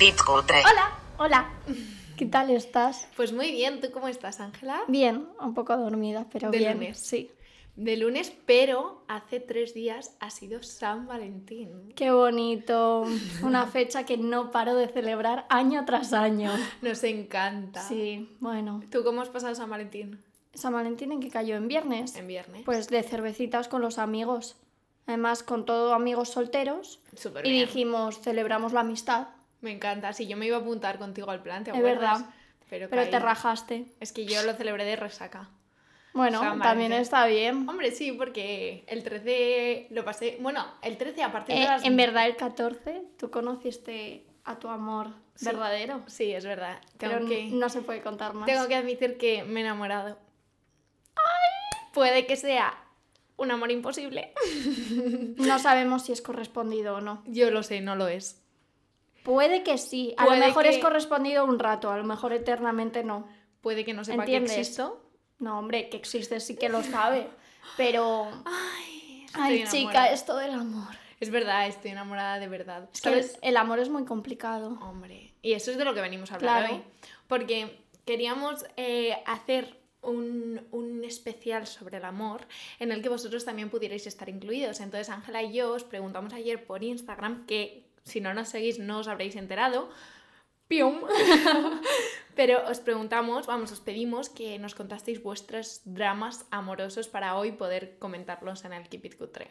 escutre. Hola. Hola, ¿qué tal estás? Pues muy bien, ¿tú cómo estás, Ángela? Bien, un poco dormida, pero De bien. lunes. Sí. De lunes, pero hace tres días ha sido San Valentín. Qué bonito. Una fecha que no paro de celebrar año tras año. Nos encanta. Sí, bueno. ¿Tú cómo has pasado San Valentín? San Valentín en que cayó en viernes. En viernes. Pues de cervecitas con los amigos. Además, con todo amigos solteros. súper Y bien. dijimos, celebramos la amistad. Me encanta. Sí, yo me iba a apuntar contigo al plan, ¿te Es acuerdas? verdad. Pero, Pero caí. te rajaste. Es que yo lo celebré de resaca. Bueno, San también Valentín. está bien. Hombre, sí, porque el 13 lo pasé. Bueno, el 13 a partir de Eh, las. en verdad, el 14 tú conociste a tu amor Sí. verdadero. Sí, es verdad. Tengo Pero que... no se puede contar más. Tengo que admitir que me he enamorado. Puede que sea un amor imposible. No sabemos si es correspondido o no. Yo lo sé, no lo es. Puede que sí. A Puede lo mejor que- es correspondido un rato, a lo mejor eternamente no. Puede que no sepa ¿Entiendes? que existo. No, hombre, que existe sí que lo sabe. Pero. Ay, estoy chica, enamorada. esto del amor. Es verdad, estoy enamorada de verdad. Es que el, el amor es muy complicado. Hombre, y eso es de lo que venimos a hablar Claro. hoy. Porque queríamos eh, hacer un, un especial sobre el amor en el que vosotros también pudierais estar incluidos. Entonces, Ángela y yo os preguntamos ayer por Instagram que si no nos seguís no os habréis enterado. ¡Pium! Pero os preguntamos, vamos, os pedimos que nos contasteis vuestros dramas amorosos para hoy poder comentarlos en el Keep It Cutre.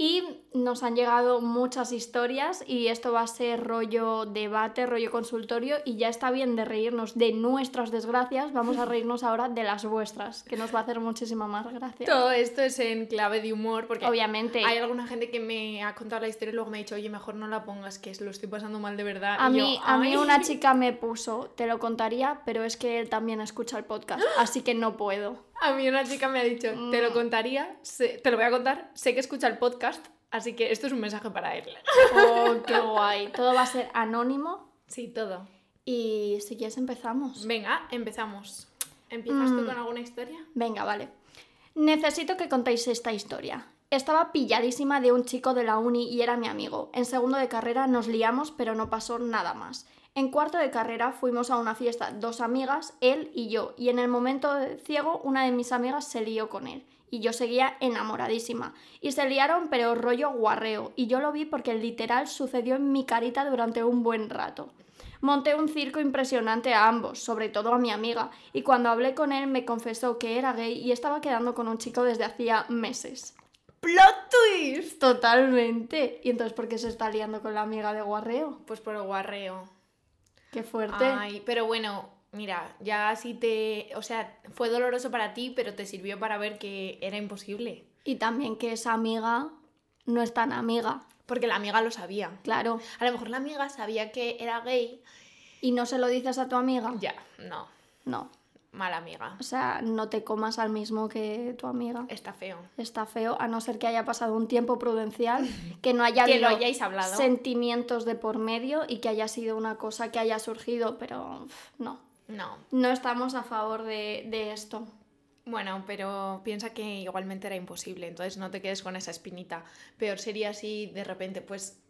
Y nos han llegado muchas historias y esto va a ser rollo debate, rollo consultorio y ya está bien de reírnos de nuestras desgracias, vamos a reírnos ahora de las vuestras, que nos va a hacer muchísima más gracia. Todo esto es en clave de humor porque Obviamente. Hay alguna gente que me ha contado la historia y luego me ha dicho, oye, mejor no la pongas, que lo estoy pasando mal de verdad. A Y yo, mí, a mí "Ay". una chica me puso, te lo contaría, pero es que él también escucha el podcast, así que no puedo. A mí una chica me ha dicho, te Mm. lo contaría, sé- te lo voy a contar, sé que escucha el podcast, así que esto es un mensaje para él. Oh, qué guay. Todo va a ser anónimo Sí, todo. y si quieres empezamos. Venga, empezamos. ¿Empiezas tú Mm. con alguna historia? Venga, vale. Necesito que contéis esta historia. Estaba pilladísima de un chico de la uni y era mi amigo. En segundo de carrera nos liamos, pero no pasó nada más. En cuarto de carrera fuimos a una fiesta, dos amigas, él y yo, y en el momento ciego una de mis amigas se lió con él, y yo seguía enamoradísima. Y se liaron, pero rollo guarreo, y yo lo vi porque literal sucedió en mi carita durante un buen rato. Monté un circo impresionante a ambos, sobre todo a mi amiga, y cuando hablé con él me confesó que era gay y estaba quedando con un chico desde hacía meses. ¡Plot twist! Totalmente. ¿Y entonces por qué se está liando con la amiga de Guarreo? Pues por el guarreo. Qué fuerte. Ay, pero bueno, mira, ya sí te... O sea, fue doloroso para ti, pero te sirvió para ver que era imposible. Y también que esa amiga no es tan amiga, Porque la amiga lo sabía. claro. A lo mejor la amiga sabía que era gay. ¿Y no se lo dices a tu amiga? Ya, no. No. Mala amiga. O sea, no te comas al mismo que tu amiga. Está feo. Está feo, a no ser que haya pasado un tiempo prudencial, que no haya Que lo habido hayáis hablado. sentimientos de por medio y que haya sido una cosa que haya surgido, pero pf, no. No. No estamos a favor de, de esto. Bueno, pero piensa que igualmente era imposible, entonces no te quedes con esa espinita. Peor sería si de repente, pues,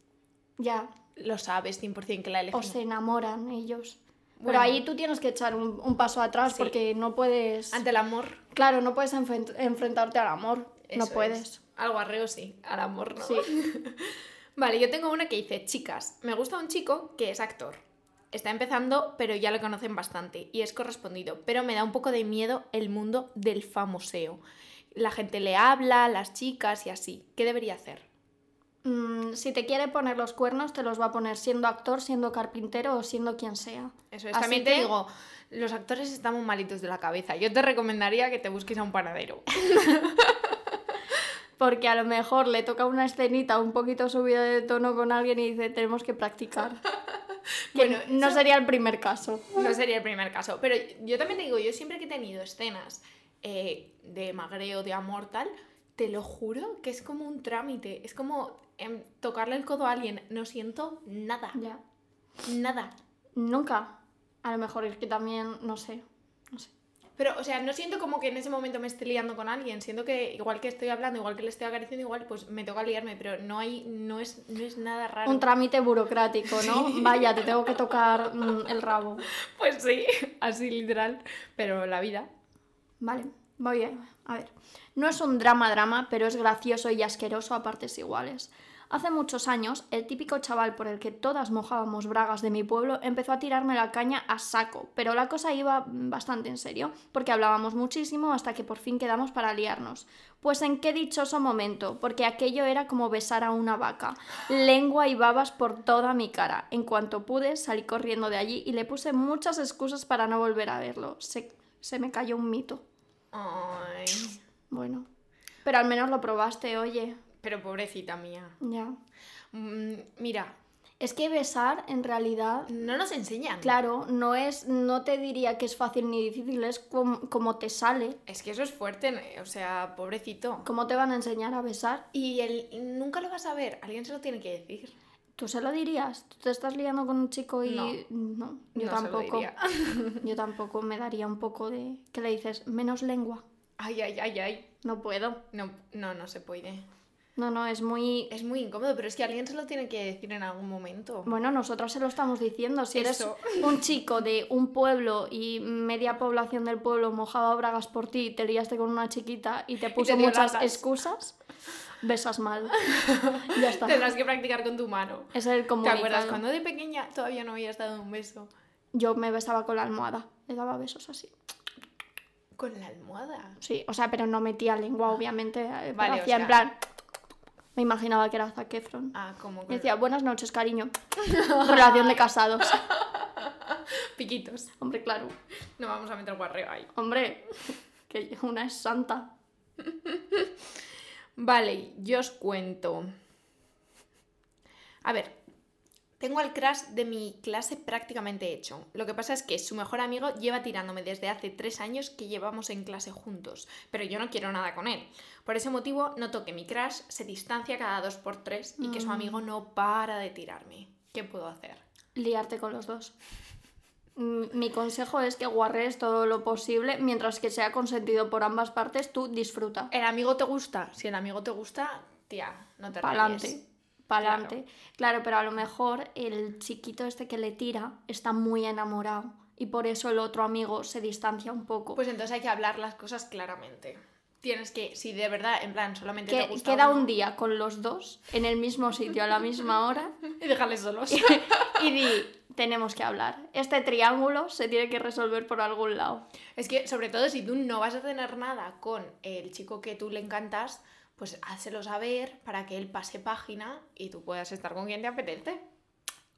Ya, lo sabes 100% que la o elegí. se enamoran ellos. Bueno. Pero ahí tú tienes que echar un, un paso atrás Sí. porque no puedes... Ante el amor. Claro, no puedes enfren- enfrentarte al amor. eso no es. puedes. Al guarreo sí, al amor no. Sí. Vale, yo tengo una que dice, chicas, me gusta un chico que es actor. Está empezando, pero ya lo conocen bastante y es correspondido, pero me da un poco de miedo el mundo del famoseo. La gente le habla, las chicas y así. ¿Qué debería hacer? Mm, si te quiere poner los cuernos, te los va a poner siendo actor, siendo carpintero o siendo quien sea. Eso es, Así también te que- digo, los actores estamos malitos de la cabeza. Yo te recomendaría que te busques a un panadero. Porque a lo mejor le toca una escenita un poquito subida de tono con alguien y dice, tenemos que practicar. Que Bueno, no eso- sería el primer caso. No sería el primer caso. Pero yo también te digo, yo siempre que he tenido escenas eh, de magreo, de amor, tal, te lo juro que es como un trámite. Es como em, tocarle el codo a alguien. No siento nada. Ya. Nada. Nunca. A lo mejor es que también, no sé. No sé. Pero, o sea, no siento como que en ese momento me esté liando con alguien. Siento que igual que estoy hablando, igual que le estoy acariciando, igual pues me toca liarme, pero no hay, no es, no es nada raro. Un trámite burocrático, ¿no? Vaya, te tengo que tocar mm, el rabo. Pues sí, así literal. Pero la vida. Vale, voy a, a ver. No es un drama drama, pero es gracioso y asqueroso a partes iguales. Hace muchos años, el típico chaval por el que todas mojábamos bragas de mi pueblo empezó a tirarme la caña a saco, pero la cosa iba bastante en serio, porque hablábamos muchísimo hasta que por fin quedamos para liarnos. Pues en qué dichoso momento, porque aquello era como besar a una vaca. Lengua y babas por toda mi cara. En cuanto pude, salí corriendo de allí y le puse muchas excusas para no volver a verlo. Se, se me cayó un mito. Ay. Bueno. Pero al menos lo probaste, oye. Pero pobrecita mía. Ya. Mm, mira, Es que besar, en realidad, no nos enseñan. Claro, no es, no te diría que es fácil ni difícil, es com- como te sale. Es que eso es fuerte, ¿no? o sea, pobrecito. ¿Cómo te van a enseñar a besar? Y el nunca lo vas a ver, alguien se lo tiene que decir. ¿Tú se lo dirías? ¿Tú te estás liando con un chico y...? No. No, yo No se lo tampoco. diría. yo tampoco me daría un poco de... ¿Qué le dices? Menos lengua. Ay, ay, ay, ay. No puedo. No, no, no se puede. No, no, es muy... Es muy incómodo, pero es que alguien se lo tiene que decir en algún momento. Bueno, nosotras se lo estamos diciendo. Si eres Eso. un chico de un pueblo y media población del pueblo mojaba bragas por ti, te liaste con una chiquita y te puso dio muchas latas. excusas, besas mal. ya está. Tendrás que practicar con tu mano. Es el ¿Te comunicado. acuerdas cuando de pequeña todavía no habías dado un beso? Yo me besaba con la almohada, le daba besos así. Con la almohada. Sí, o sea, pero no metía lengua, obviamente. eh, pero Vale, o hacía en sea- plan... Me imaginaba que era Zac Efron. Ah, como Y con decía, buenas noches, cariño. Relación de casados. piquitos. Hombre, claro. No vamos a meter guarreo ahí. Hombre, que una es santa. Vale, yo os cuento. A ver, tengo al crash de mi clase prácticamente hecho. Lo que pasa es que su mejor amigo lleva tirándome desde hace tres años que llevamos en clase juntos, pero yo no quiero nada con él. Por ese motivo noto que mi crash se distancia cada dos por tres y que su amigo no para de tirarme. ¿Qué puedo hacer? Liarte con los dos. Mm, Mi consejo es que guarres todo lo posible mientras que sea consentido por ambas partes, tú disfruta. ¿El amigo te gusta? Si el amigo te gusta, tía, no te rayes. Pa'lante. Pa'lante. Claro. pero a lo mejor el chiquito este que le tira está muy enamorado y por eso el otro amigo se distancia un poco. Pues entonces hay que hablar las cosas claramente. Tienes que, si de verdad, en plan, solamente te Que- gusta queda uno, un día con los dos en el mismo sitio a la misma hora Y dejarles solos. y di, tenemos que hablar. Este triángulo se tiene que resolver por algún lado. es que, sobre todo, si tú no vas a tener nada con el chico que tú le encantas, pues házelo saber para que él pase página y tú puedas estar con quien te apetece.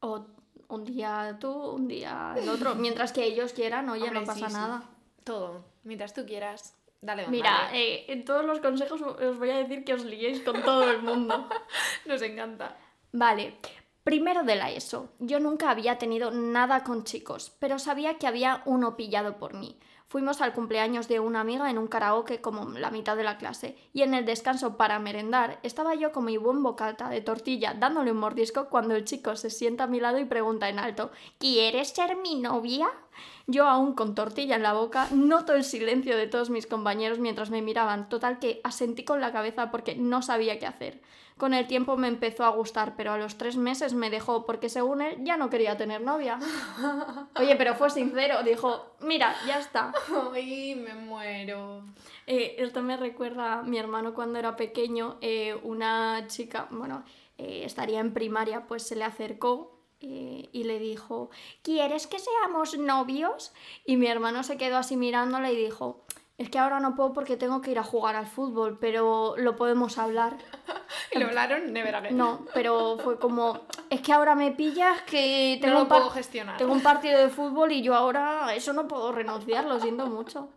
O un día tú, un día el otro. Mientras que ellos quieran, oye, no Hombre, sí, pasa sí. nada. Todo. Mientras tú quieras. Dale, don, Mira, dale. eh, en todos los consejos os voy a decir que os liéis con todo el mundo. eh, Nos encanta. Vale, primero de la ESO. Yo nunca había tenido nada con chicos, pero sabía que había uno pillado por mí. Fuimos al cumpleaños de una amiga en un karaoke como la mitad de la clase, y en el descanso para merendar estaba yo con mi buen bocata de tortilla dándole un mordisco cuando el chico se sienta a mi lado y pregunta en alto ¿Quieres ser mi novia? Yo aún con tortilla en la boca noto el silencio de todos mis compañeros mientras me miraban, total que asentí con la cabeza porque no sabía qué hacer. Con el tiempo me empezó a gustar, pero a los tres meses me dejó porque según él ya no quería tener novia. Oye, pero fue sincero, dijo, mira, ya está. Ay, me muero. Eh, esto me recuerda a mi hermano cuando era pequeño, eh, una chica, bueno, eh, estaría en primaria, pues se le acercó eh, y le dijo, ¿quieres que seamos novios? Y mi hermano se quedó así mirándola y dijo, es que ahora no puedo porque tengo que ir a jugar al fútbol, pero lo podemos hablar. Y lo hablaron never again. No, pero fue como, es que ahora me pillas que No tengo, lo un, par- puedo gestionar. tengo un partido de fútbol y yo ahora a eso no puedo renunciar, lo siento mucho.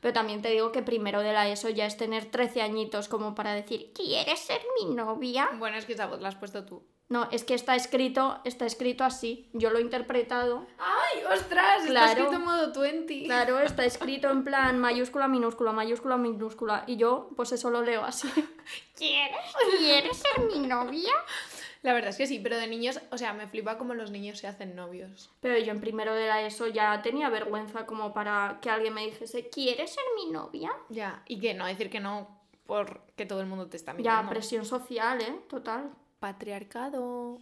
Pero también te digo que primero de la ESO ya es tener 13 añitos como para decir, ¿quieres ser mi novia? Bueno, es que esa voz la has puesto tú. No, es que está escrito, está escrito así, yo lo he interpretado. ¡Ay, ostras! Claro. Está escrito en modo 20. Claro, está escrito en plan mayúscula, minúscula, mayúscula, minúscula. Y yo, pues eso lo leo así. ¿Quieres? ¿Quieres ser mi novia? La verdad es que sí, pero de niños, o sea, me flipa como los niños se hacen novios. Pero yo en primero de la ESO ya tenía vergüenza como para que alguien me dijese, ¿quieres ser mi novia? Ya, y que no decir que no porque todo el mundo te está ya, mirando. presión social, ¿eh? Total. Patriarcado.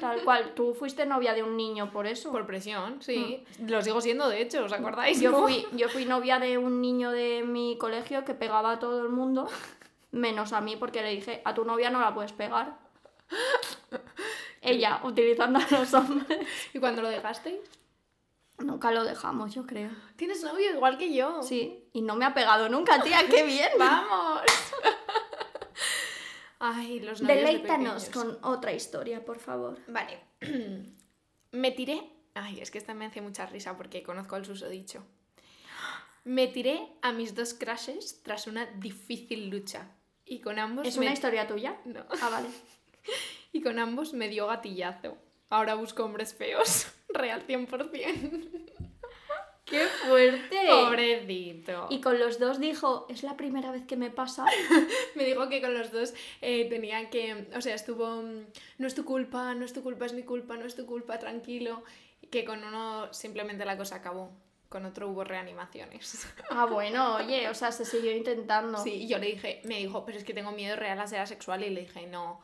Tal cual. Tú fuiste novia de un niño por eso. Por presión, sí. Lo sigo siendo, de hecho, ¿os acordáis? Mm. Yo cómo? fui, yo fui novia de un niño de mi colegio que pegaba a todo el mundo, menos a mí, porque le dije, a tu novia no la puedes pegar. Ella, utilizando a los hombres. ¿Y cuando lo dejasteis? Nunca lo dejamos, yo creo. Tienes novio igual que yo. Sí, y no me ha pegado nunca, tía, qué bien. ¡Vamos! Ay, los novios de Deleítanos pequeños. con otra historia, por favor. Vale. Me tiré. Ay, es que esta me hace mucha risa porque conozco al susodicho. Me tiré a mis dos crashes tras una difícil lucha. Y con ambos. ¿Es me- una historia tuya? No. Ah, vale. Y con ambos me dio gatillazo. Ahora busco hombres feos. Real 100%. ¡Qué fuerte! Pobrecito. Y con los dos dijo, es la primera vez que me pasa. Me dijo que con los dos eh, tenía que, o sea, estuvo, mm, no es tu culpa, no es tu culpa, es mi culpa, no es tu culpa, tranquilo, que con uno simplemente la cosa acabó, con otro hubo reanimaciones. Ah, bueno, oye, o sea, se siguió intentando. Sí, y yo le dije, me dijo, pero es que tengo miedo real a ser asexual y le dije, no,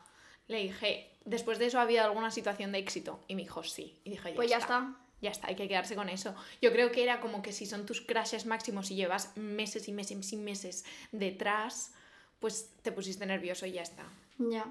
le dije, después de eso ha habido alguna situación de éxito y me dijo, sí, y dije, ya Pues ya está. Ya está, hay que quedarse con eso. Yo creo que era como que si son tus crashes máximos y llevas meses y meses y meses detrás, pues te pusiste nervioso y ya está. Ya.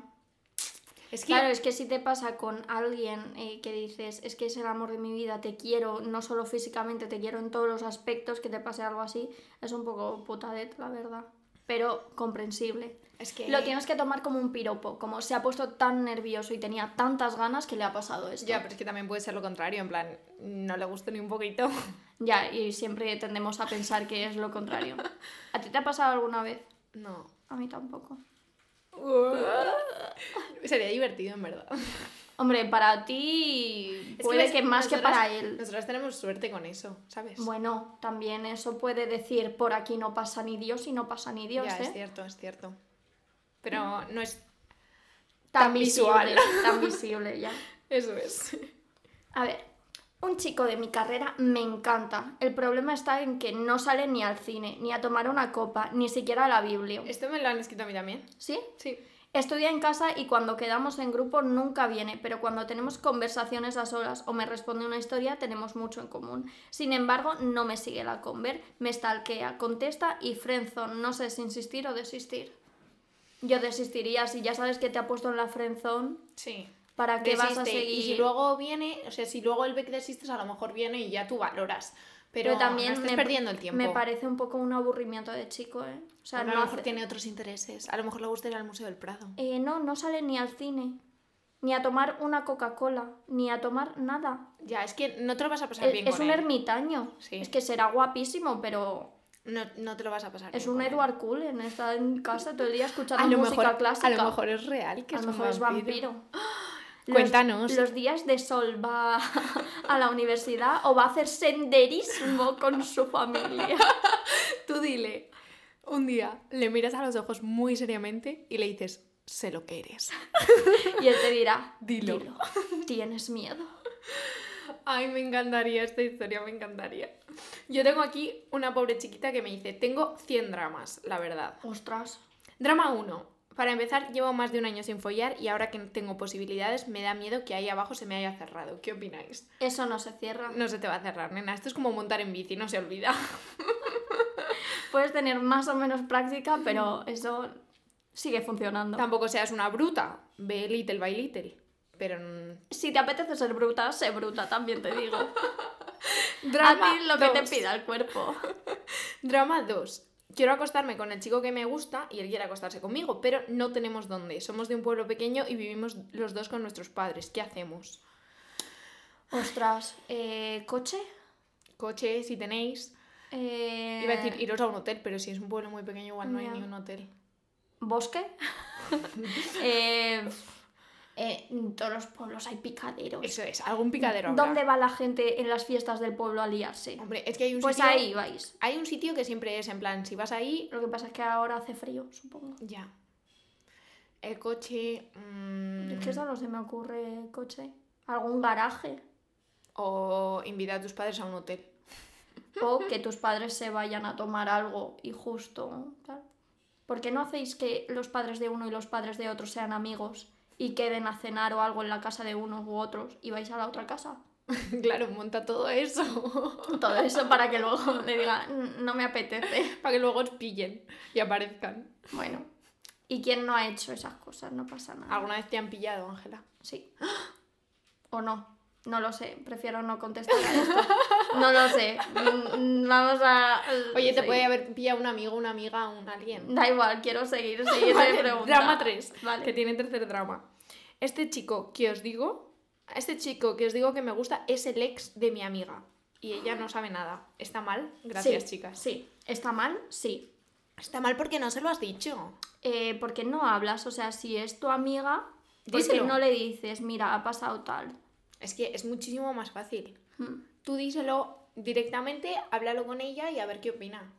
Es que Claro, es que si te pasa con alguien eh, que dices, es que es el amor de mi vida, te quiero, no solo físicamente, te quiero en todos los aspectos, que te pase algo así, es un poco putadet, la verdad. Pero comprensible. Es que Lo tienes que tomar como un piropo, como se ha puesto tan nervioso y tenía tantas ganas que le ha pasado esto. Ya, pero es que también puede ser lo contrario, en plan, no le gusta ni un poquito. Ya, y siempre tendemos a pensar que es lo contrario. ¿A ti te ha pasado alguna vez? No. A mí tampoco. Sería divertido, en verdad. Hombre, para ti puede ves, que más que nosotras- para él. Nosotras tenemos suerte con eso, ¿sabes? Bueno, también eso puede decir por aquí no pasa ni Dios y no pasa ni Dios, ya, ¿eh? es cierto, es cierto. Pero no es... Tan, Tan visual. visible, tan visible ya. Eso es. A ver, un chico de mi carrera me encanta. El problema está en que no sale ni al cine, ni a tomar una copa, ni siquiera a la Biblia. Esto me lo han escrito a mí también. ¿Sí? Sí. Estudia en casa y cuando quedamos en grupo nunca viene, pero cuando tenemos conversaciones a solas o me responde una historia tenemos mucho en común. Sin embargo, no me sigue la conver, me stalkea, contesta y friendzone. No sé si insistir o desistir. Yo desistiría si ya sabes que te ha puesto en la friendzone. Sí. ¿Para qué vas a Desiste, seguir? Y si luego viene, o sea, si luego el ve que desistes, a lo mejor viene y ya tú valoras. Pero, también no estés perdiendo el tiempo. me parece un poco un aburrimiento de chico, ¿eh? O sea, Bueno, a no lo mejor hace- tiene otros intereses. A lo mejor le gusta ir al Museo del Prado. Eh, no, no sale ni al cine, ni a tomar una Coca-Cola, ni a tomar nada. Ya, es que no te lo vas a pasar Es, bien eh, es con un él. ermitaño. Sí. Es que será guapísimo, pero No, no te lo vas a pasar es bien un con él. Edward Cullen. Está en casa todo el día escuchando a lo música mejor, clásica. A lo mejor es real, que A es lo mejor un es vampiro. Los- Cuéntanos. Los, días de sol va a la universidad o va a hacer senderismo con su familia. Tú dile, un día le miras a los ojos muy seriamente y le dices, sé lo que eres. Y él te dirá, Dilo. tienes miedo. Ay, me encantaría esta historia, me encantaría. Yo tengo aquí una pobre chiquita que me dice, tengo 100 dramas, la verdad. Ostras. Drama 1. Para empezar, llevo más de un año sin follar y ahora que no tengo posibilidades, me da miedo que ahí abajo se me haya cerrado. ¿Qué opináis? Eso no se cierra. No se te va a cerrar, nena. Esto es como montar en bici, no se olvida. Puedes tener más o menos práctica, pero eso sigue funcionando. Tampoco seas una bruta. Ve little by little. Pero. mm, Si te apetece ser bruta, sé bruta, también te digo. Drama a ti lo que te dos. pida el cuerpo. Drama 2. Quiero acostarme con el chico que me gusta y él quiere acostarse conmigo, pero no tenemos dónde. Somos de un pueblo pequeño y vivimos los dos con nuestros padres. ¿Qué hacemos? Ostras, eh, ¿coche? Coche, si tenéis. Eh, Iba a decir iros a un hotel, pero si es un pueblo muy pequeño, igual no hay Ya. ni un hotel. ¿Bosque? Eh, eh, en todos los pueblos hay picaderos. Eso es, algún picadero. habrá. ¿Dónde va la gente en las fiestas del pueblo a liarse? Hombre, es que hay un Pues sitio. ahí vais. Hay un sitio que siempre es en plan, si vas ahí, Lo que pasa es que ahora hace frío, supongo. ya. el coche. mm, Es que solo se me ocurre coche. Algún garaje. o invitar a tus padres a un hotel. O que tus padres se vayan a tomar algo y justo. Tal. ¿Por qué no hacéis que los padres de uno y los padres de otro sean amigos y queden a cenar o algo en la casa de unos u otros y vais a la otra casa? claro, monta todo eso. Todo eso para que luego le diga, "Mm, no me apetece. Para que luego os pillen y aparezcan. Bueno. ¿Y quién no ha hecho esas cosas? No pasa nada. ¿Alguna vez te han pillado, Ángela? Sí. ¿O no? No lo sé. Prefiero no contestar a esto. No lo sé. Mm, mm, Vamos a... Oye, te sí. puede haber pillado un amigo, una amiga, un alguien. Da igual, quiero seguir, seguir Vale, de pregunta. drama 3, Vale. que tiene tercer drama. Este chico que os digo, este chico que os digo que me gusta es el ex de mi amiga. Y ella no sabe nada. ¿Está mal? Gracias, Sí, chicas. Sí. ¿Está mal? Sí. Está mal porque no se lo has dicho. Eh, porque no hablas, o sea, si es tu amiga, ¿por qué Díselo. no le dices, mira, ha pasado tal? Es que es muchísimo más fácil. Hmm. Tú díselo directamente, háblalo con ella y a ver qué opina.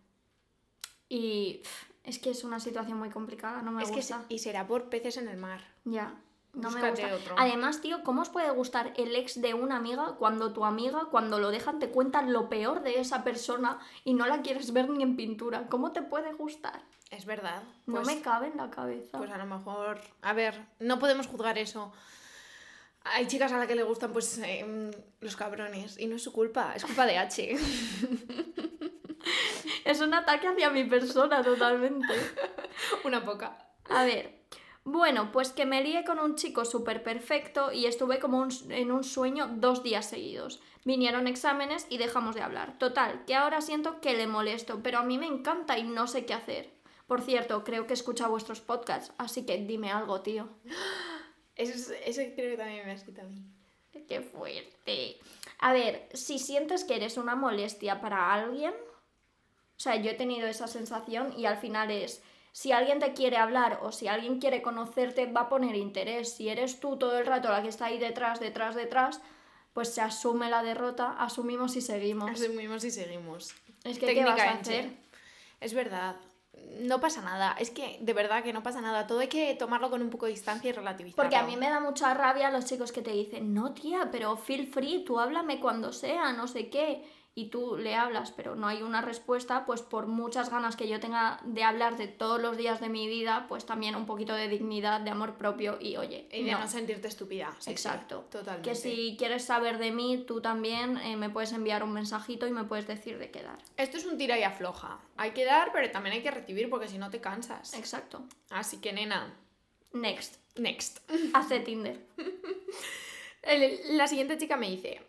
Y pff, es que es una situación muy complicada, no me es gusta. que se- y será por peces en el mar. Ya. No me Búscate gusta. otro. Además, tío, ¿cómo os puede gustar el ex de una amiga cuando tu amiga, cuando lo dejan, te cuentan lo peor de esa persona y no la quieres ver ni en pintura? ¿Cómo te puede gustar? Es verdad. No Pues- me cabe en la cabeza. Pues a lo mejor, a ver, no podemos juzgar eso. Hay chicas a las que le gustan pues em, los cabrones y no es su culpa, es culpa de H. Es un ataque hacia mi persona totalmente. Una poca. A ver. Bueno, pues que me lié con un chico súper perfecto y estuve como un- en un sueño dos días seguidos. Vinieron exámenes y dejamos de hablar. Total, que ahora siento que le molesto, pero a mí me encanta y no sé qué hacer. Por cierto, creo que escucha vuestros podcasts, así que dime algo, tío. Eso, es- eso creo que también me has quitado a mí. ¡Qué fuerte! A ver, si sientes que eres una molestia para alguien, o sea, yo he tenido esa sensación y al final es, si alguien te quiere hablar o si alguien quiere conocerte, va a poner interés. Si eres tú todo el rato la que está ahí detrás, detrás, detrás, pues se asume la derrota, asumimos y seguimos. Asumimos y seguimos. Es que, ¿qué vas a Técnicamente. hacer? Es verdad. No pasa nada. Es que de verdad que no pasa nada. Todo hay que tomarlo con un poco de distancia y relativizarlo. Porque a mí me da mucha rabia los chicos que te dicen, no tía, pero feel free, tú háblame cuando sea, no sé qué. Y tú le hablas, pero no hay una respuesta, pues por muchas ganas que yo tenga de hablarte todos los días de mi vida, pues también un poquito de dignidad, de amor propio y oye. Y de no. no, sentirte estúpida. Sí, sí, Exacto. totalmente. Que si quieres saber de mí, tú también eh, me puedes enviar un mensajito y me puedes decir de quedar. Esto es un tira y afloja. Hay que dar, pero también hay que recibir porque si no te cansas. Exacto. Así que, nena, Next. next. Hace Tinder. El- la siguiente chica me dice,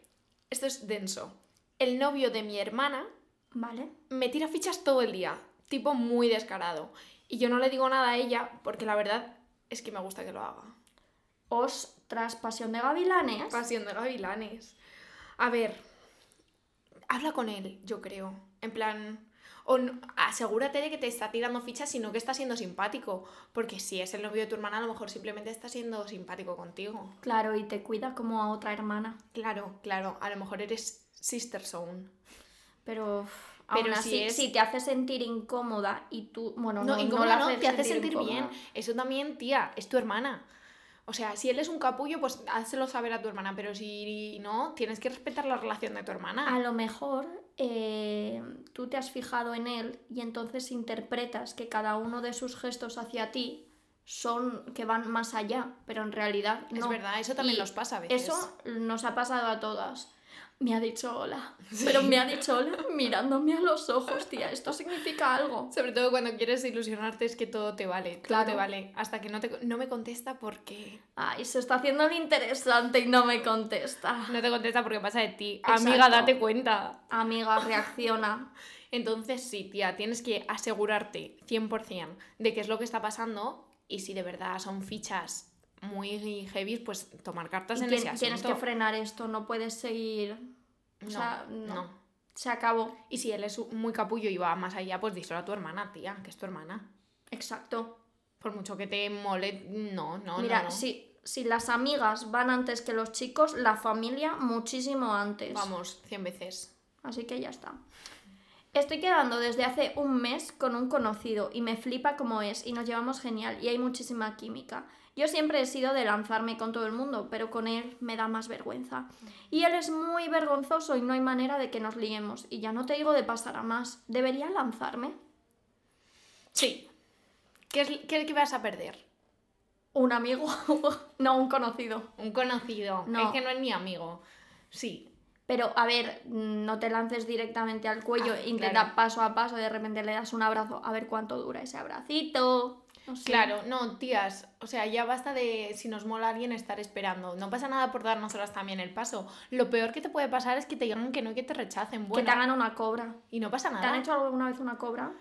esto es denso, el novio de mi hermana ¿Vale? me tira fichas todo el día, tipo muy descarado. Y yo no le digo nada a ella porque la verdad es que me gusta que lo haga. Os tras pasión de gavilanes. Pasión de gavilanes. A ver, habla con él, yo creo. En plan, o no- asegúrate de que te está tirando fichas, sino que está siendo simpático. Porque si es el novio de tu hermana, a lo mejor simplemente está siendo simpático contigo. Claro, y te cuida como a otra hermana. Claro, claro, a lo mejor eres sister zone. Pero, uf, Pero aún si así, si, es- te hace sentir incómoda y tú, bueno, no, No, no, incómoda la no, haces te hace sentir bien. incómoda. Eso también, tía, es tu hermana. O sea, si él es un capullo, pues házelo saber a tu hermana, pero si no, tienes que respetar la relación de tu A hermana. lo mejor eh, tú te has fijado en él y entonces interpretas que cada uno de sus gestos hacia ti son que van más allá, pero en realidad Es no. verdad, eso también Y nos pasa a veces. Eso nos ha pasado a todas. Me ha dicho hola, pero me ha dicho hola mirándome a los ojos, tía. Esto significa algo. Sobre todo cuando quieres ilusionarte es que todo te vale, Claro. todo te vale. Hasta que no, te, no me contesta porque... Ay, se está haciendo el interesante y no me contesta. No te contesta porque pasa de ti. Ah. Exacto. Amiga, date cuenta. Amiga, reacciona. Entonces sí, tía, tienes que asegurarte 100% de qué es lo que está pasando y si de verdad son fichas muy heavy, pues tomar cartas Y en tien- ese asunto. tienes que frenar esto, no puedes seguir. O No, sea, no. no. Se acabó. Y si él es un- muy capullo y va más allá, pues díselo a tu hermana, tía, que es tu hermana. Exacto. Por mucho que te mole, no, no, Mira, no, no. Si, si las amigas van antes que los chicos, la familia muchísimo antes. Vamos, 100 veces. Así que ya está. Estoy quedando desde hace un mes con un conocido y me flipa como es y nos llevamos genial y hay muchísima química. Yo siempre he sido de lanzarme con todo el mundo, pero con él me da más vergüenza. Y él es muy vergonzoso y no hay manera de que nos liemos. Y ya no te digo de pasar a más. ¿Debería lanzarme? Sí. ¿Qué es qué, qué vas a perder? Un amigo, no un conocido. Un conocido. No. Es que no es ni amigo. Sí. Pero, a ver, no te lances directamente al cuello, Ah, intenta claro. paso a paso, de repente le das un abrazo, a ver cuánto dura ese abracito. No sé. Claro, no, tías, o sea, ya basta de si nos mola alguien estar esperando. No pasa nada por dar nosotras también el paso. Lo peor que te puede pasar es que te digan que no y que te rechacen. Bueno, Que te hagan una cobra. y no pasa ¿Te han nada. hecho alguna vez una cobra?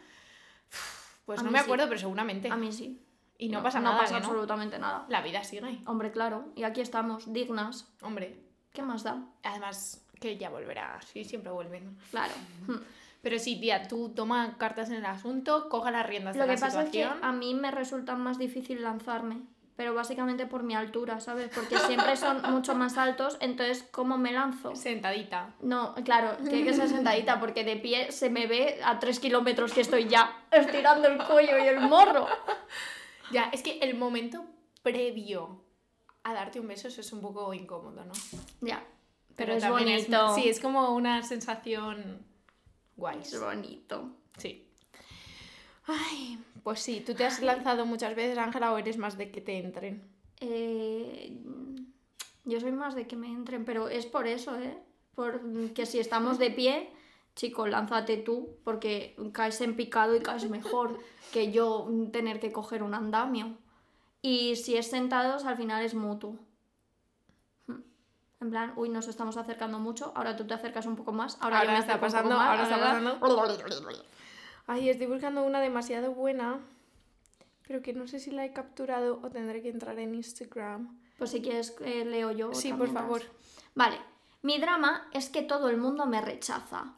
Pues a no mí me sí. acuerdo, pero seguramente. A mí sí. Y no, pasa nada, No pasa ¿que no? absolutamente nada. La vida sigue, Hombre, claro. Y aquí estamos, dignas. hombre. ¿Qué más da? Además, que ya volverá, sí, siempre vuelven. Claro. Hmm. Pero sí, tía, tú toma cartas en el asunto, coja las riendas Lo de que la pasa es que situación. a mí me resulta más difícil lanzarme, pero básicamente por mi altura, ¿sabes? Porque siempre son mucho más altos, entonces ¿cómo me lanzo? Sentadita. No, claro, tiene que ser sentadita porque de pie se me ve a 3 kilómetros que estoy ya estirando el cuello y el morro. Ya, es que el momento previo a darte un beso, eso es un poco incómodo, ¿no? Ya, pero, es también bonito. sí, es como una sensación guay. es bonito. Sí. Ay, pues sí, ¿tú te has lanzado muchas veces, Ángela, o eres más de que te entren? Eh, yo soy más de que me entren, pero es por eso, ¿eh? Porque si estamos de pie, chico, lánzate tú, porque caes en picado y caes mejor que yo mm, tener que coger un andamio. Y si es sentados, al final es mutuo. Hmm. En plan, uy, nos estamos acercando mucho, ahora tú te acercas un poco más, ahora, yo Ahora me está acerco un poco pasando, más, ahora está ahora- Ay, estoy buscando una demasiado buena, pero que no sé si la he capturado o tendré que entrar en Instagram. Pues si quieres, eh, leo yo. Sí, otra por mientras. favor. Vale. Mi drama es que todo el mundo me rechaza.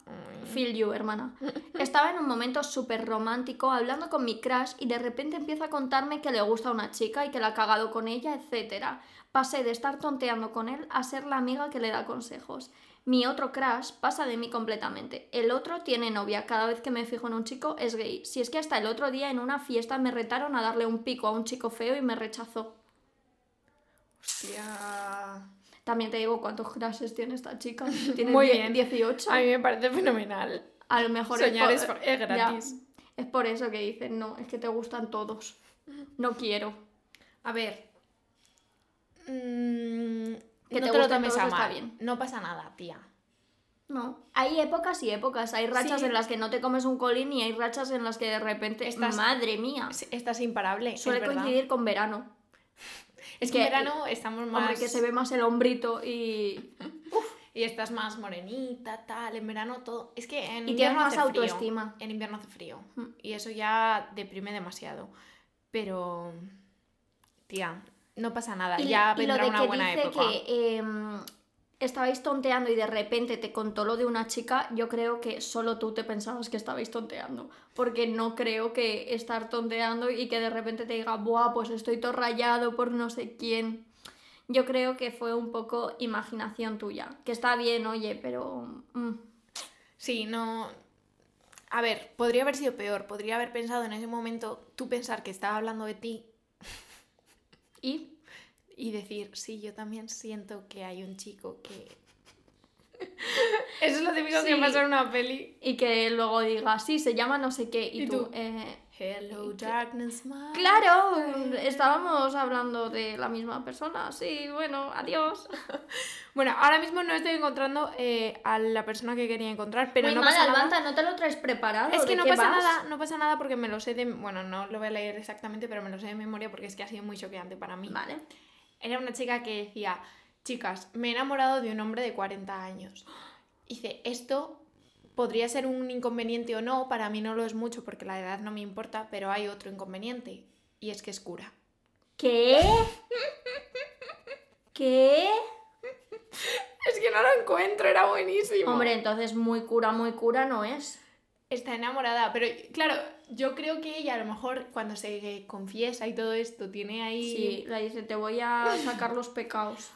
Feel you, hermana. Estaba en un momento súper romántico hablando con mi crush y de repente empieza a contarme que le gusta una chica y que la ha cagado con ella, etc. Pasé de estar tonteando con él a ser la amiga que le da consejos. Mi otro crush pasa de mí completamente. El otro tiene novia. Cada vez que me fijo en un chico es gay. Si es que hasta el otro día en una fiesta me retaron a darle un pico a un chico feo y me rechazó. Hostia. También te digo cuántos crashes tiene esta chica. Tiene Muy die- bien. 18. A mí me parece fenomenal. A lo mejor Soñar es por- por- es ya. gratis. es por eso que dicen, no, es que te gustan todos. No quiero. A ver. mm, Que te no te, lo gusten tomes todos a está mal. bien. No pasa nada, tía. No. Hay épocas y épocas. Hay rachas Sí. en las que no te comes un colín y hay rachas en las que de repente, Estás- madre mía, Sí, Estás imparable. es suele verdad. coincidir con verano. Es que en que- verano estamos más. Hombre, que se ve más el hombrito y, Y estás más morenita, tal. En verano todo. Es que en y tienes invierno más hace frío. autoestima. Mm. En invierno hace frío. Y eso ya deprime demasiado. Pero. Tía, no pasa nada. ya y lo vendrá de una que buena dice época. que em, estabais tonteando y de repente te contó lo de una chica, yo creo que solo tú te pensabas que estabais tonteando. Porque no creo que estar tonteando y que de repente te diga, buah, pues estoy todo rayado por no sé quién. Yo creo que fue un poco imaginación tuya. Que está bien, oye, pero. mm, Sí, no. A ver, podría haber sido peor. Podría haber pensado en ese momento tú pensar que estaba hablando de ti ¿Y? y decir, sí, yo también siento que hay un chico que... Eso es lo típico que Sí. pasa en una peli. Y que luego diga, sí, se llama no sé qué. Y, ¿Y tú. tú? Ah, eh, Hello, darkness, my... Claro, estábamos hablando de la misma persona. Sí, bueno, adiós. Bueno, ahora mismo no estoy encontrando eh, a la persona que quería encontrar, pero Muy no mal, pasa nada. Alvanta, no te lo traes preparado. Es ¿de que no qué pasa vas? nada, no pasa nada porque me lo sé de... Bueno, no lo voy a leer exactamente, pero me lo sé de memoria porque es que ha sido muy choqueante para mí. Vale. Era una chica que decía, chicas, me he enamorado de un hombre de 40 años. Dice, esto podría ser un inconveniente o no, para mí no lo es mucho porque la edad no me importa, pero hay otro inconveniente y es que es cura. ¿Qué? ¿Qué? Es que no lo encuentro, era buenísimo. Hombre, entonces muy cura, muy cura no es. Está enamorada, pero claro, yo creo que ella a lo mejor cuando se confiesa y todo esto tiene ahí... Sí, le dice, te voy a sacar los pecados.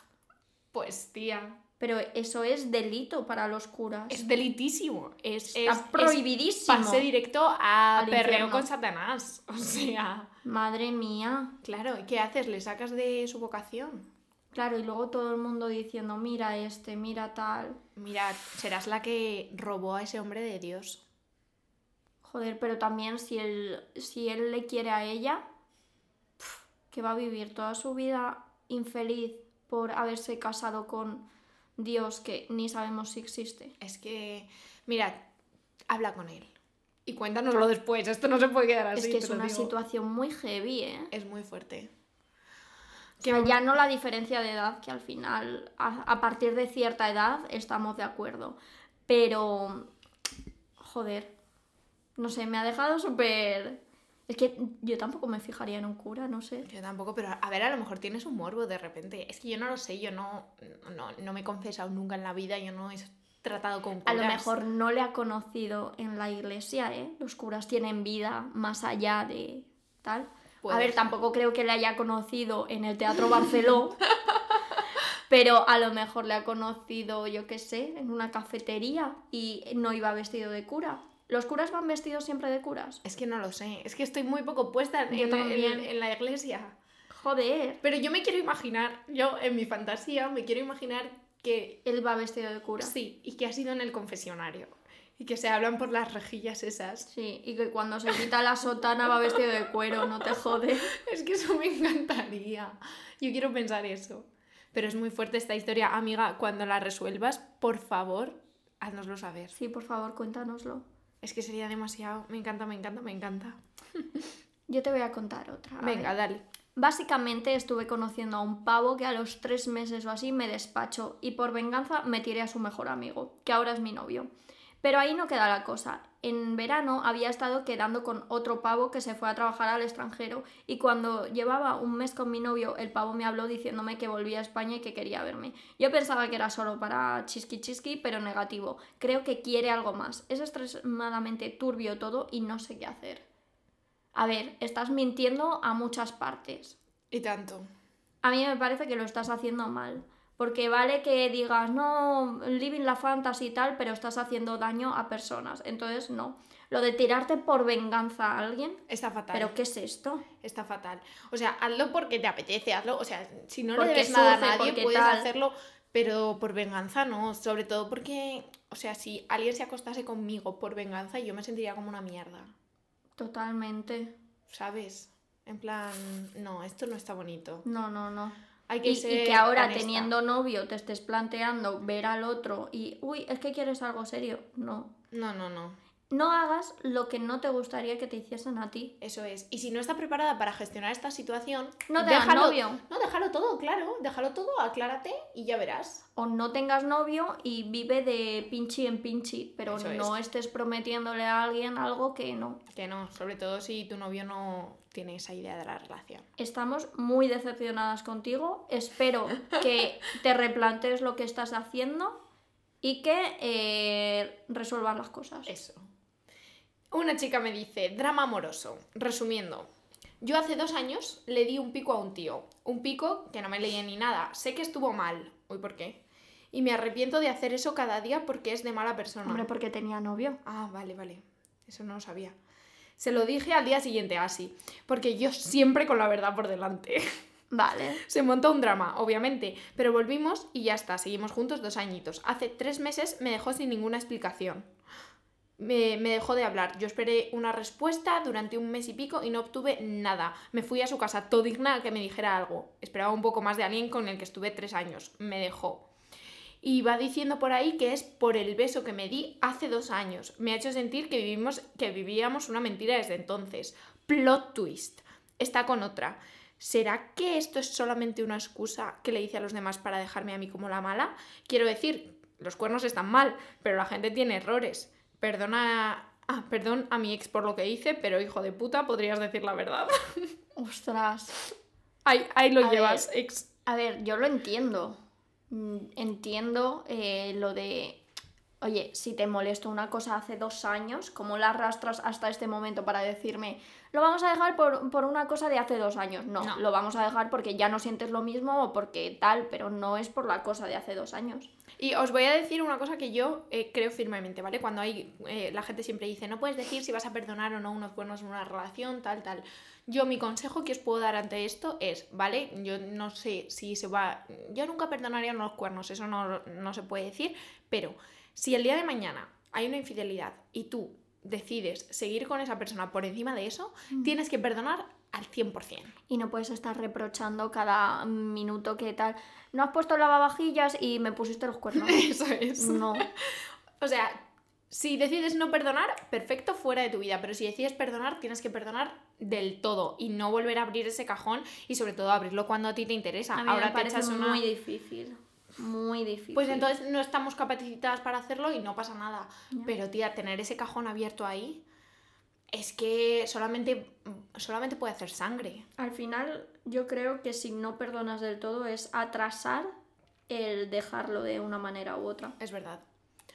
Pues tía, Pero eso es delito para los curas. Es delitísimo. Es, es- Está es prohibidísimo. pase directo a Al perreo infierno. con Satanás. O sea, Madre mía. claro, ¿y qué haces? ¿Le sacas de su vocación? Claro, y luego todo el mundo diciendo, mira este, mira tal. Mira, serás la que robó a ese hombre de Dios. Joder, pero también si él, si él le quiere a ella, pf, que va a vivir toda su vida infeliz por haberse casado con Dios que ni sabemos si existe. Es que, mira, habla con él y cuéntanoslo después. Esto no se puede quedar así. es que te es lo una Ah, digo. situación muy heavy, ¿eh? Es muy fuerte. O sea, ya no la diferencia de edad, que al final, a, a partir de cierta edad, estamos de acuerdo. Pero, joder, no sé, me ha dejado súper... Es que yo tampoco me fijaría en un cura, no sé. Yo tampoco, pero a ver, a lo mejor tienes un morbo de repente. Es que yo no lo sé, yo no, no, no me he confesado nunca en la vida, yo no he tratado con A curas. lo mejor no le ha conocido en la iglesia, ¿eh? Los curas tienen vida más allá de tal. Puede a ver, ser. tampoco creo que le haya conocido en el Teatro Barceló, pero a lo mejor le ha conocido, yo qué sé, en una cafetería y no iba vestido de cura. Los curas van vestidos siempre de curas. Es que no lo sé, es que estoy muy poco puesta en, Yo en- también. en la iglesia. Joder, Pero yo me quiero imaginar, yo en mi fantasía me quiero imaginar que él va vestido de cura. sí, y que ha sido en el confesionario. Y que se hablan por las rejillas esas. Sí, y que cuando se quita la sotana va vestido de cuero, no te jode. Es que eso me encantaría. Yo quiero pensar eso. Pero es muy fuerte esta historia. Amiga, cuando la resuelvas, por favor, haznoslo saber. Sí, por favor, cuéntanoslo. Es que sería demasiado. Me encanta, me encanta, me encanta. Yo te voy a contar otra. a ver. Venga, dale. Básicamente estuve conociendo a un pavo que a los tres meses o así me despachó y por venganza me tiré a su mejor amigo, que ahora es mi novio. Pero ahí no queda la cosa. En verano había estado quedando con otro pavo que se fue a trabajar al extranjero y cuando llevaba un mes con mi novio el pavo me habló diciéndome que volvía a España y que quería verme. Yo pensaba que era solo para chisqui chisqui, pero negativo. Creo que quiere algo más. Es extremadamente turbio todo y no sé qué hacer. A ver, estás mintiendo a muchas partes. Y tanto. A mí me parece que lo estás haciendo mal. Porque vale que digas, no, living la fantasy y tal, pero estás haciendo daño a personas. Entonces, no. Lo de tirarte por venganza a alguien. Está fatal. ¿Pero qué es esto? Está fatal. O sea, hazlo porque te apetece, hazlo. O sea, si no le Porque debes nada a surge, nadie, porque puedes tal. hacerlo. Pero por venganza no. Sobre todo porque, o sea, si alguien se acostase conmigo por venganza, yo me sentiría como una mierda. Totalmente. ¿Sabes? En plan, no, esto no está bonito. No, no, no. Hay Y, que y ser que ahora honesta. teniendo novio te estés planteando ver al otro y, uy, es que quieres algo serio. No. No, no, no. No hagas lo que no te gustaría que te hiciesen a ti. Eso es. Y si no está preparada para gestionar esta situación, No te déjalo- novio. No, déjalo todo, claro. Déjalo todo, aclárate y ya verás. o no tengas novio y vive de pinchi en pinchi, pero Eso no estés prometiéndole a alguien algo que no. Que no, sobre todo si tu novio no tiene esa idea de la relación. Estamos muy decepcionadas contigo. Espero que te replantes lo que estás haciendo y que eh, resuelvas las cosas. Eso. Una chica me dice, drama amoroso. Resumiendo, yo hace dos años le di un pico a un tío. Un pico que no me leía ni nada. Sé que estuvo mal. Uy, ¿por qué? Y me arrepiento de hacer eso cada día porque es de mala persona. Hombre, porque tenía novio. Ah, vale, vale. Eso no lo sabía. Se lo dije al día siguiente así, porque yo siempre con la verdad por delante. Vale. Se montó un drama, obviamente, pero volvimos y ya está, seguimos juntos dos añitos. Hace tres meses me dejó sin ninguna explicación. Me, me dejó de hablar. Yo esperé una respuesta durante un mes y pico y no obtuve nada. Me fui a su casa, todo digna a que me dijera algo. Esperaba un poco más de alguien con el que estuve tres años. Me dejó. Y va diciendo por ahí que es por el beso que me di hace dos años. Me ha hecho sentir que, vivimos, que vivíamos una mentira desde entonces. Plot twist. Está con otra. ¿Será que esto es solamente una excusa que le hice a los demás para dejarme a mí como la mala? Quiero decir, los cuernos están mal, pero la gente tiene errores. Perdona... Ah, perdón a mi ex por lo que hice, pero hijo de puta, podrías decir la verdad. Ostras. Ahí, ahí lo A llevas, ex. A ver, yo lo entiendo. Mm, Entiendo eh, lo de, oye, si te molesto una cosa hace dos años, ¿cómo la arrastras hasta este momento para decirme, lo vamos a dejar por, por una cosa de hace dos años. No, No. lo vamos a dejar porque ya no sientes lo mismo o porque tal, pero no es por la cosa de hace dos años. Y os voy a decir una cosa que yo eh, creo firmemente, ¿vale? Cuando hay, eh, la gente siempre dice, no puedes decir si vas a perdonar o no unos cuernos en una relación, tal, tal. Yo mi consejo que os puedo dar ante esto es, ¿vale? Yo no sé si se va... Yo nunca perdonaría unos cuernos, eso no, no se puede decir, pero si el día de mañana hay una infidelidad y tú decides seguir con esa persona por encima de eso, Mm. tienes que perdonar al 100%. Y no puedes estar reprochando cada minuto que tal. No has puesto lavavajillas y me pusiste los cuernos. Eso es. No. O sea, si decides no perdonar, perfecto, fuera de tu vida. Pero si decides perdonar, tienes que perdonar del todo y no volver a abrir ese cajón y sobre todo abrirlo cuando a ti te interesa. A mí Ahora me te parece echas una- muy difícil. Muy difícil. Pues entonces no estamos capacitadas para hacerlo y no pasa nada. Ya. Pero tía, tener ese cajón abierto ahí es que solamente, solamente puede hacer sangre. Al final, yo creo que si no perdonas del todo es atrasar el dejarlo de una manera u otra. Es verdad.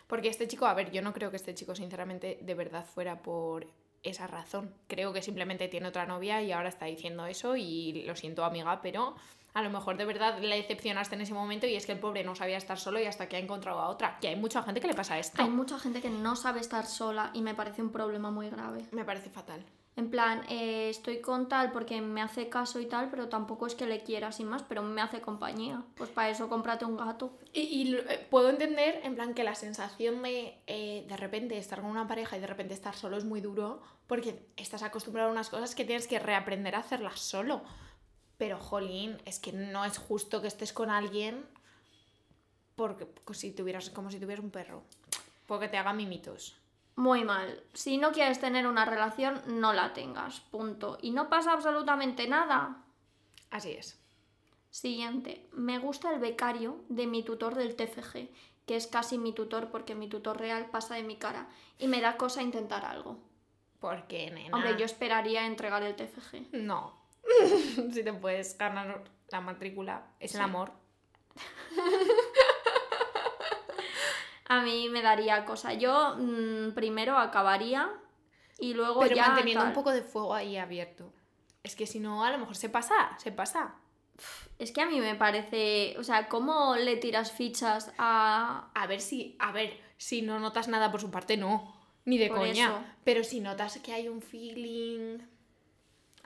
Porque este chico, a ver, yo no creo que este chico, sinceramente, de verdad fuera por esa razón. Creo que simplemente tiene otra novia y ahora está diciendo eso y lo siento, amiga, pero a lo mejor de verdad le decepcionaste en ese momento y es que el pobre no sabía estar solo y hasta que ha encontrado a otra. Que hay mucha gente que le pasa esto. Hay mucha gente que no sabe estar sola y me parece un problema muy grave. Me parece fatal. En plan, eh, estoy con tal porque me hace caso y tal, pero tampoco es que le quiera sin más, pero me hace compañía. Pues para eso cómprate un gato. Y, y lo- eh, puedo entender, en plan, que la sensación de eh, de repente estar con una pareja y de repente estar solo es muy duro, porque estás acostumbrado a unas cosas que tienes que reaprender a hacerlas solo. Pero, jolín, es que no es justo que estés con alguien porque, co- si tuvieras, como si tuvieras un perro, porque te haga mimitos. Muy mal. Si no quieres tener una relación, no la tengas. Punto. Y no pasa absolutamente nada. Así es. Siguiente. Me gusta el becario de mi tutor del TFG, que es casi mi tutor porque mi tutor real pasa de mi cara y me da cosa intentar algo. Porque, nena. Hombre, yo esperaría entregar el TFG. No. si te puedes ganar la matrícula, es el Sí. amor. A mí me daría cosa. Yo mm, primero acabaría y luego Pero ya manteniendo tal. un poco de fuego ahí abierto. Es que si no, a lo mejor se pasa, se pasa. Es que a mí me parece, o sea, ¿cómo le tiras fichas a A ver si, a ver, si no notas nada por su parte, no. Ni de Por coña. eso. Pero si notas que hay un feeling.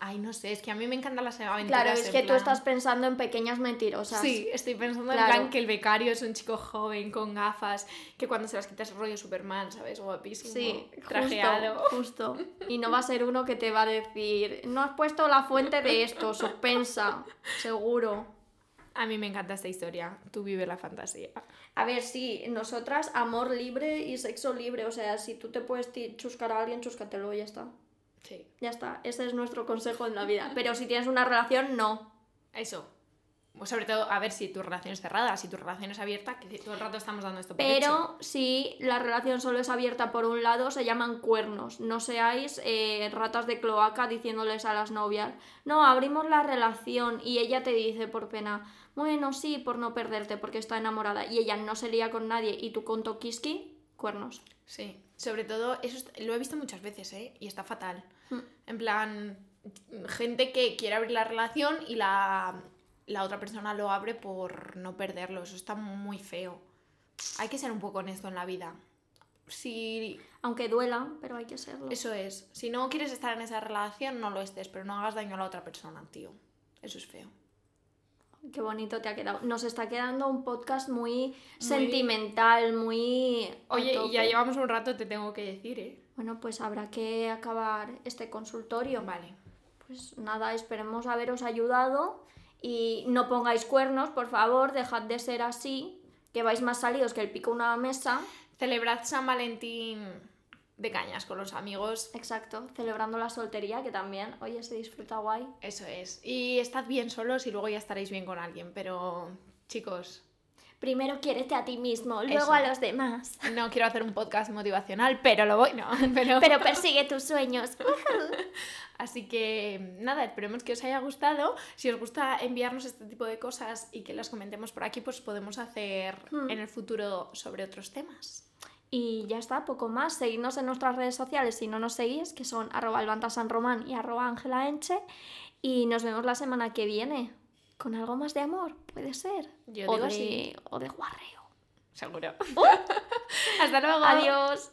Ay, no sé, es que a mí me encantan las aventuras. Claro, es en que tú plan- estás pensando en pequeñas mentirosas. Sí, estoy pensando Claro. en plan que el becario es un chico joven con gafas, que cuando se las quitas es rollo Superman, ¿sabes? Guapísimo. Sí, trajeado. Justo, justo. Y no va a ser uno que te va a decir, no has puesto la fuente de esto, suspensa, seguro. A mí me encanta esta historia. Tú vive la fantasía. A ver, sí, nosotras, amor libre y sexo libre. O sea, si tú te puedes ti- chuscar a alguien, chúscatelo y ya está. Sí. Ya está, ese es nuestro consejo en la vida. Pero si tienes una relación, no. Eso. O sobre todo, a ver si tu relación es cerrada, si tu relación es abierta, que todo el rato estamos dando esto por hecho. Pero si la relación solo es abierta por un lado, se llaman cuernos. No seáis eh, ratas de cloaca diciéndoles a las novias, no, abrimos la relación y ella te dice por pena, bueno, sí, por no perderte, porque está enamorada y ella no se lía con nadie y tú con Tokiski, cuernos. Sí. Sobre todo, eso est- lo he visto muchas veces, ¿eh? Y está fatal. Hmm. En plan, gente que quiere abrir la relación y la, la otra persona lo abre por no perderlo. Eso está muy feo. Hay que ser un poco honesto en la vida. Si Aunque duela, pero hay que serlo. eso es, si no quieres estar en esa relación, no lo estés, pero no hagas daño a la otra persona, tío. Eso es feo. Qué bonito te ha quedado. Nos está quedando un podcast muy, sentimental, muy... a Oye, y ya tope. llevamos un rato, te tengo que decir, ¿eh? Bueno, pues habrá que acabar este consultorio. Vale. Pues nada, esperemos haberos ayudado y no pongáis cuernos, por favor, dejad de ser así, que vais más salidos que el pico de una mesa. Celebrad San Valentín de cañas con los amigos. Exacto, celebrando la soltería, que también, oye, se disfruta guay. Eso es. Y estad bien solos y luego ya estaréis bien con alguien. Pero, chicos, Primero quiérete a ti mismo, luego Eso. a los demás, no quiero hacer un podcast motivacional, pero lo voy, no. Pero... pero persigue tus sueños. Así que, nada, esperemos que os haya gustado. Si os gusta enviarnos este tipo de cosas y que las comentemos por aquí, pues podemos hacer Hmm. en el futuro sobre otros temas. Y ya está, poco más. Seguidnos en nuestras redes sociales si no nos seguís, que son arroba albantasanromán y arroba Ángela Enche. Y nos vemos la semana que viene. Con algo más de amor, puede ser. Yo o digo de, sí. O de guarreo. Seguro. ¡Uh! Hasta luego. Adiós.